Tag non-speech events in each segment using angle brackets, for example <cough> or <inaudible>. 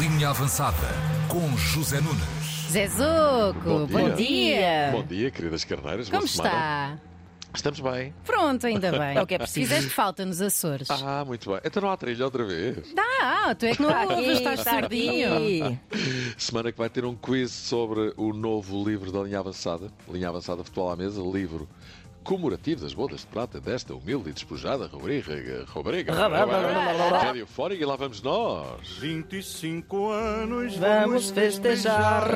Linha Avançada com José Nunes. Zezuco, bom, dia. Bom dia, queridas carneiras. Como Boa semana. está? Estamos bem. Pronto, ainda bem. É o que é preciso. Fizeste falta nos Açores. Ah, muito bem. Então não há trilha outra vez. Dá, tu é que não Ah, ouves, estás sardinho. Semana que vai ter um quiz sobre o novo livro da Linha Avançada. Linha Avançada Futebol à Mesa, livro comemorativo das bodas de prata desta humilde e despojada rubrica. Rubrica. Radiofónica e lá vamos nós. 25 anos Vamos festejar.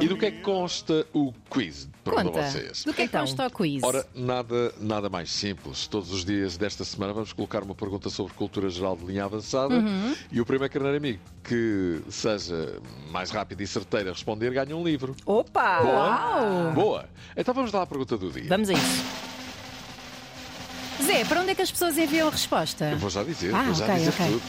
E do que é que consta o quiz? Pergunto a Conta, vocês. do que é que Então. consta o quiz? Ora, nada, nada mais simples. Todos os dias desta semana vamos colocar uma pergunta sobre cultura geral de linha avançada e o primeiro carneiro amigo que seja mais rápido e certeiro a responder ganha um livro. Opa! Boa! Boa! Então vamos lá à pergunta do dia. Vamos a isso. Zé, para onde é que as pessoas enviam a resposta? Eu vou já dizer, Ah, vou já ok, dizer ok. tudo.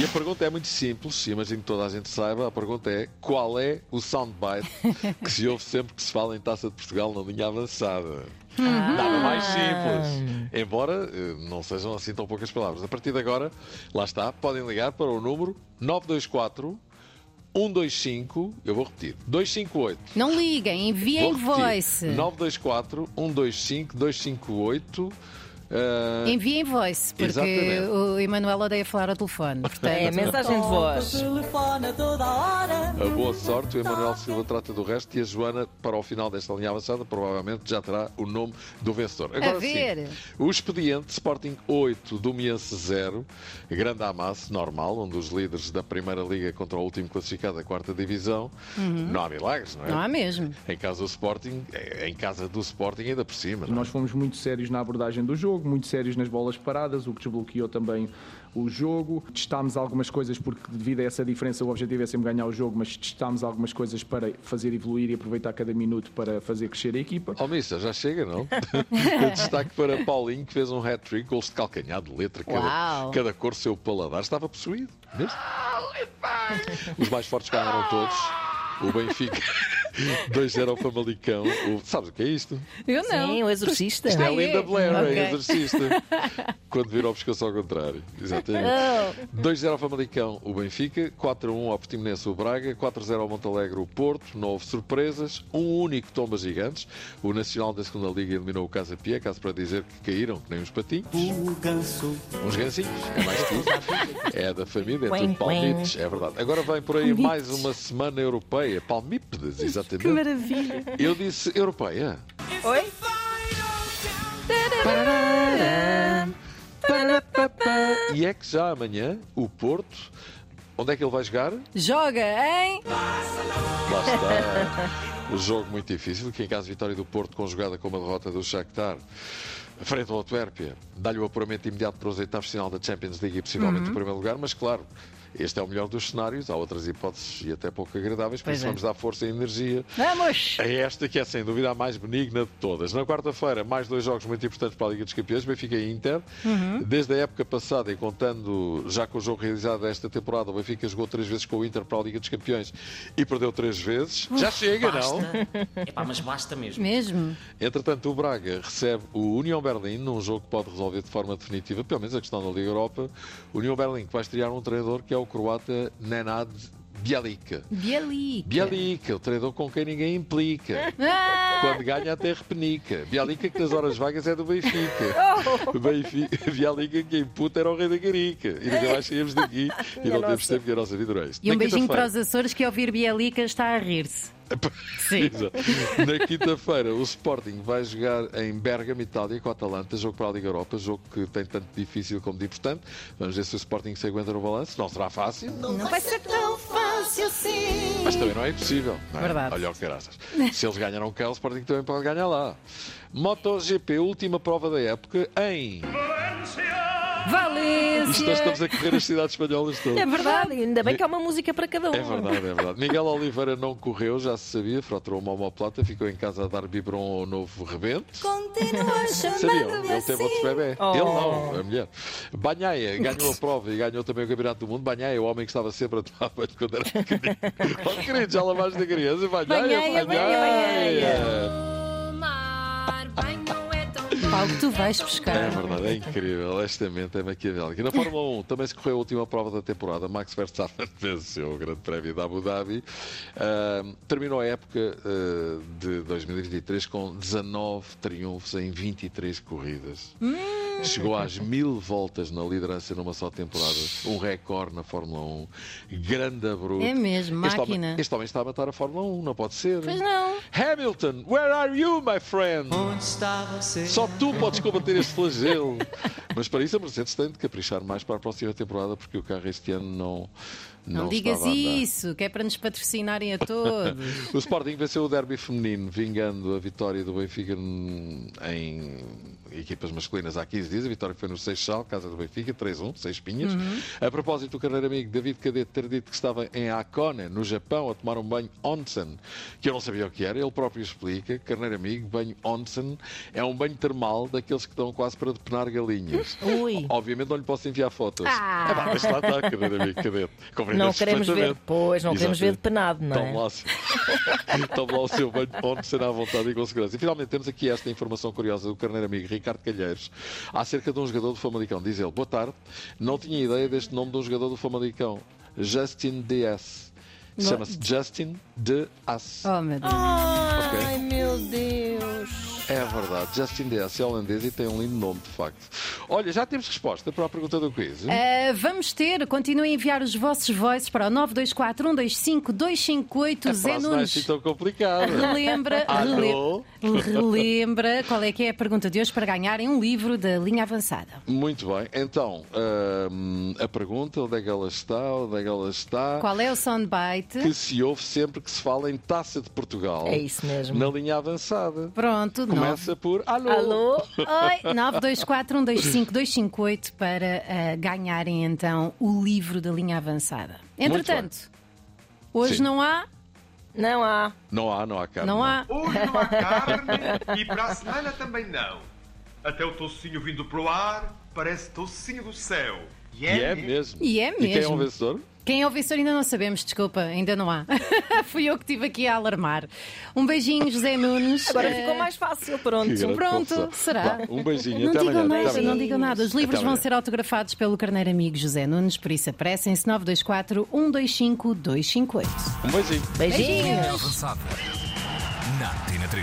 E a pergunta é muito simples, e imagino que toda a gente saiba. A pergunta é: qual é o soundbite <laughs> que se ouve sempre que se fala em taça de Portugal na linha avançada? Ah. Nada mais simples. Embora eh, não sejam assim tão poucas palavras. A partir de agora, lá está, podem ligar para o número 924 125, eu vou repetir, 258. Não liguem, enviem Vou repetir. é voice. 924 125 258. eh, Enviem voice, porque Exatamente. o Emanuel odeia falar ao telefone. É, Portanto, mensagem de voz. Telefona toda hora. A boa sorte, o Emanuel Silva trata do resto e a Joana, para o final desta linha avançada, provavelmente já terá o nome do vencedor. Agora A ver. sim, o expediente Sporting 8, Domiense 0, grande amasso, normal, um dos líderes da primeira liga contra o último classificado da quarta divisão. Não há milagres, não é? Uhum. não há mesmo. Em casa do Sporting, eh, em casa do Sporting ainda por cima. não é? Nós fomos muito sérios na abordagem do jogo, muito sérios nas bolas paradas, o que desbloqueou também o jogo. Testámos algumas coisas, porque devido a essa diferença o objetivo é sempre ganhar o jogo, mas testámos algumas coisas para fazer evoluir e aproveitar cada minuto para fazer crescer a equipa. Ó, mister, já chega, não? o destaque para Paulinho, que fez um hat-trick, gols de calcanhar de letra, cada, Uau. cada cor seu paladar. Estava possuído, mesmo? Os mais fortes ganharam todos. O Benfica <laughs> 2-0 ao Famalicão. O- sabes o que é isto? Eu não. Sim, o exorcista. Isto é a Ah, é? Linda Blair, Ok. é exorcista. Quando vira o pescoço ao contrário. Exatamente. 2-0 ao Famalicão, o Benfica. 4-1 ao Portimonense, o Braga. 4-0 ao Montalegre, o Porto. Não houve surpresas. Um único tomba gigantes. O Nacional da segunda Liga eliminou o Casa Pia. Caso para dizer que caíram, que nem uns patinhos. O ganso Uns gansinhos. É mais que isso. É da família, é Quen, tudo palmites. É verdade. Agora vem por aí mais uma semana europeia. Palmípedes, exatamente. Que maravilha. Eu disse europeia. Oi? E é que já amanhã o Porto, onde é que ele vai jogar? Joga, hein? Lá <laughs> está. Um jogo muito difícil, que em caso de vitória do Porto, conjugada com uma derrota do Shakhtar, frente ao Antuérpia, dá-lhe o apuramento imediato para os oitavos de final da Champions League e possivelmente Uhum. o primeiro lugar, mas claro, este é o melhor dos cenários, há outras hipóteses e até pouco agradáveis, por Pois isso é. vamos dar força e energia Vamos! É esta que é sem dúvida a mais benigna de todas. Na quarta-feira, mais dois jogos muito importantes para a Liga dos Campeões, Benfica e Inter. Desde a época passada e contando já com o jogo realizado esta temporada, o Benfica jogou três vezes com o Inter para a Liga dos Campeões e perdeu três vezes. já chega, não? Epá, mas basta mesmo. Mesmo? Entretanto, o Braga recebe o União Berlim num jogo que pode resolver de forma definitiva, pelo menos a questão da Liga Europa. O União Berlim que vai estrear um treinador que é o croata Nenad Bjelica. Bialica. Bialica, o treinador com quem ninguém implica. Ah! Quando ganha até repenica. Bialica que nas horas vagas é do Benfica. Benfica Bialica que em puta era o rei da carica. E nunca mais saímos daqui e não temos tempo que a nossa vida não é isto. E um Na beijinho para quinta-feira- os Açores que ao ouvir Bialica está a rir-se. Sim. Exato. Na quinta-feira, o Sporting vai jogar em Bergamo, Itália, com o Atalanta, jogo para a Liga Europa, jogo que tem tanto difícil como de importante. Vamos ver se o Sporting se aguenta no balanço. Não será fácil, Não vai ser tão fácil assim. Mas também não é impossível. Não é? Verdade. Olha o que graças. <laughs> Se eles ganharam cá, o Sporting também pode ganhar lá. MotoGP, última prova da época em. Isto nós Valência! estamos a correr as cidades espanholas todas. É verdade, ainda bem que há uma música para cada um. É verdade, é verdade. Miguel Oliveira não correu, já se sabia, fraturou uma homoplata, ficou em casa a dar biberon ao novo rebento. <laughs> Continua Sabiam, chamando-me ele teve outro assim. bebê. Ele não, a mulher. Banhaia ganhou a prova e ganhou também o Campeonato do Mundo. Banhaia, o homem que estava sempre a tomar banho quando era pequenino. <laughs> Oh, querido, já lavagem da criança. Banhaia, Banhaia, Banhaia. Banhaia. Banhaia. Tomar banho é tão bom. algo que tu vais buscar. É verdade, é incrível. Esta mente é maquiavélica. E na Fórmula 1 também se correu a última prova da temporada. Max Verstappen <laughs> venceu o Grande Prémio de Abu Dhabi. Ah, terminou a época ah, de 2023 com 19 triunfos em 23 corridas. Hum. Chegou às mil voltas na liderança numa só temporada. Um recorde na Fórmula 1. Grande abruto. É mesmo, Este homem- máquina. este homem está a matar a Fórmula 1, não pode ser. Pois não. Hamilton, where are you, my friend? Onde está você? Só tu podes combater este flagelo. <laughs> Mas para isso a Mercedes tem de caprichar mais para a próxima temporada, porque o carro este ano não. Não, Não, digas estava a andar. isso, que é para nos patrocinarem a <laughs> todos. O Sporting venceu o derby feminino, vingando a vitória do Benfica n- em equipas masculinas há 15 dias. A vitória foi no Seixal, casa do Benfica, 3-1, 6 pinhas. Uhum. A propósito, o carreiro amigo David Cadete ter dito que estava em Hakone, no Japão, a tomar um banho onsen, que eu não sabia o que era. Ele próprio explica, carneiro amigo, banho onsen é um banho termal daqueles que dão quase para depenar galinhas. Ui. Obviamente não lhe posso enviar fotos. Ah. É pá, mas lá está, carneiro amigo Cadete. Compreende-se Não queremos ver. perfeitamente. Pois, não queremos ver Exatamente. depenado, não Tome é? lá, <laughs> o seu- tome lá o seu banho onde será à vontade e com segurança. E finalmente temos aqui esta informação curiosa do carneiro amigo Ricardo Calheiros acerca de um jogador do Famalicão. Diz ele, boa tarde, não tinha ideia deste nome de um jogador do Famalicão. Justin D.S. Chama-se Justin D.S. Oh, meu Deus. Ok. Ai, meu Deus. É verdade, Justin D.S. é holandês e tem um lindo nome, de facto. Olha, já temos resposta para a pergunta do quiz. Ah, vamos ter, continuem a enviar os vossos voices para o 924-125-258 a Zé frase não é assim Nunes. tão complicada. Relembra, <laughs> Alô? rele- relembra qual é que é a pergunta de hoje para ganharem um livro da linha avançada. Muito bem, então hum, a pergunta: onde é que ela está? Onde é que ela está? Qual é o soundbite? Que se ouve sempre que se fala em Taça de Portugal. É isso mesmo. Na linha avançada. Pronto, nove- Começa por alô. Alô? Oi, 924-125-258 para ah, ganharem então o livro da linha avançada. Entretanto, hoje Sim. não há, Não há. Não há, não há carne. não há. Hoje <laughs> não há carne e para a semana também não. Até o tocinho vindo pro ar parece tocinho do céu. E E é mesmo. E é E quem é mesmo. um vencedor? Quem é o vencedor ainda não sabemos, desculpa, ainda não há. <laughs> Fui eu que estive aqui a alarmar. Um beijinho, José Nunes. Agora Ah, ficou mais fácil, pronto. Que grande Então Pronto, confusão. será? Vá, um beijinho. Não até digam amanhã. nada, até amanhã. não digam nada. Os livros Até vão amanhã. ser autografados pelo carneiro amigo José Nunes, por isso apressem-se 924 125 258. Um beijinho. Beijinhos. Avançada.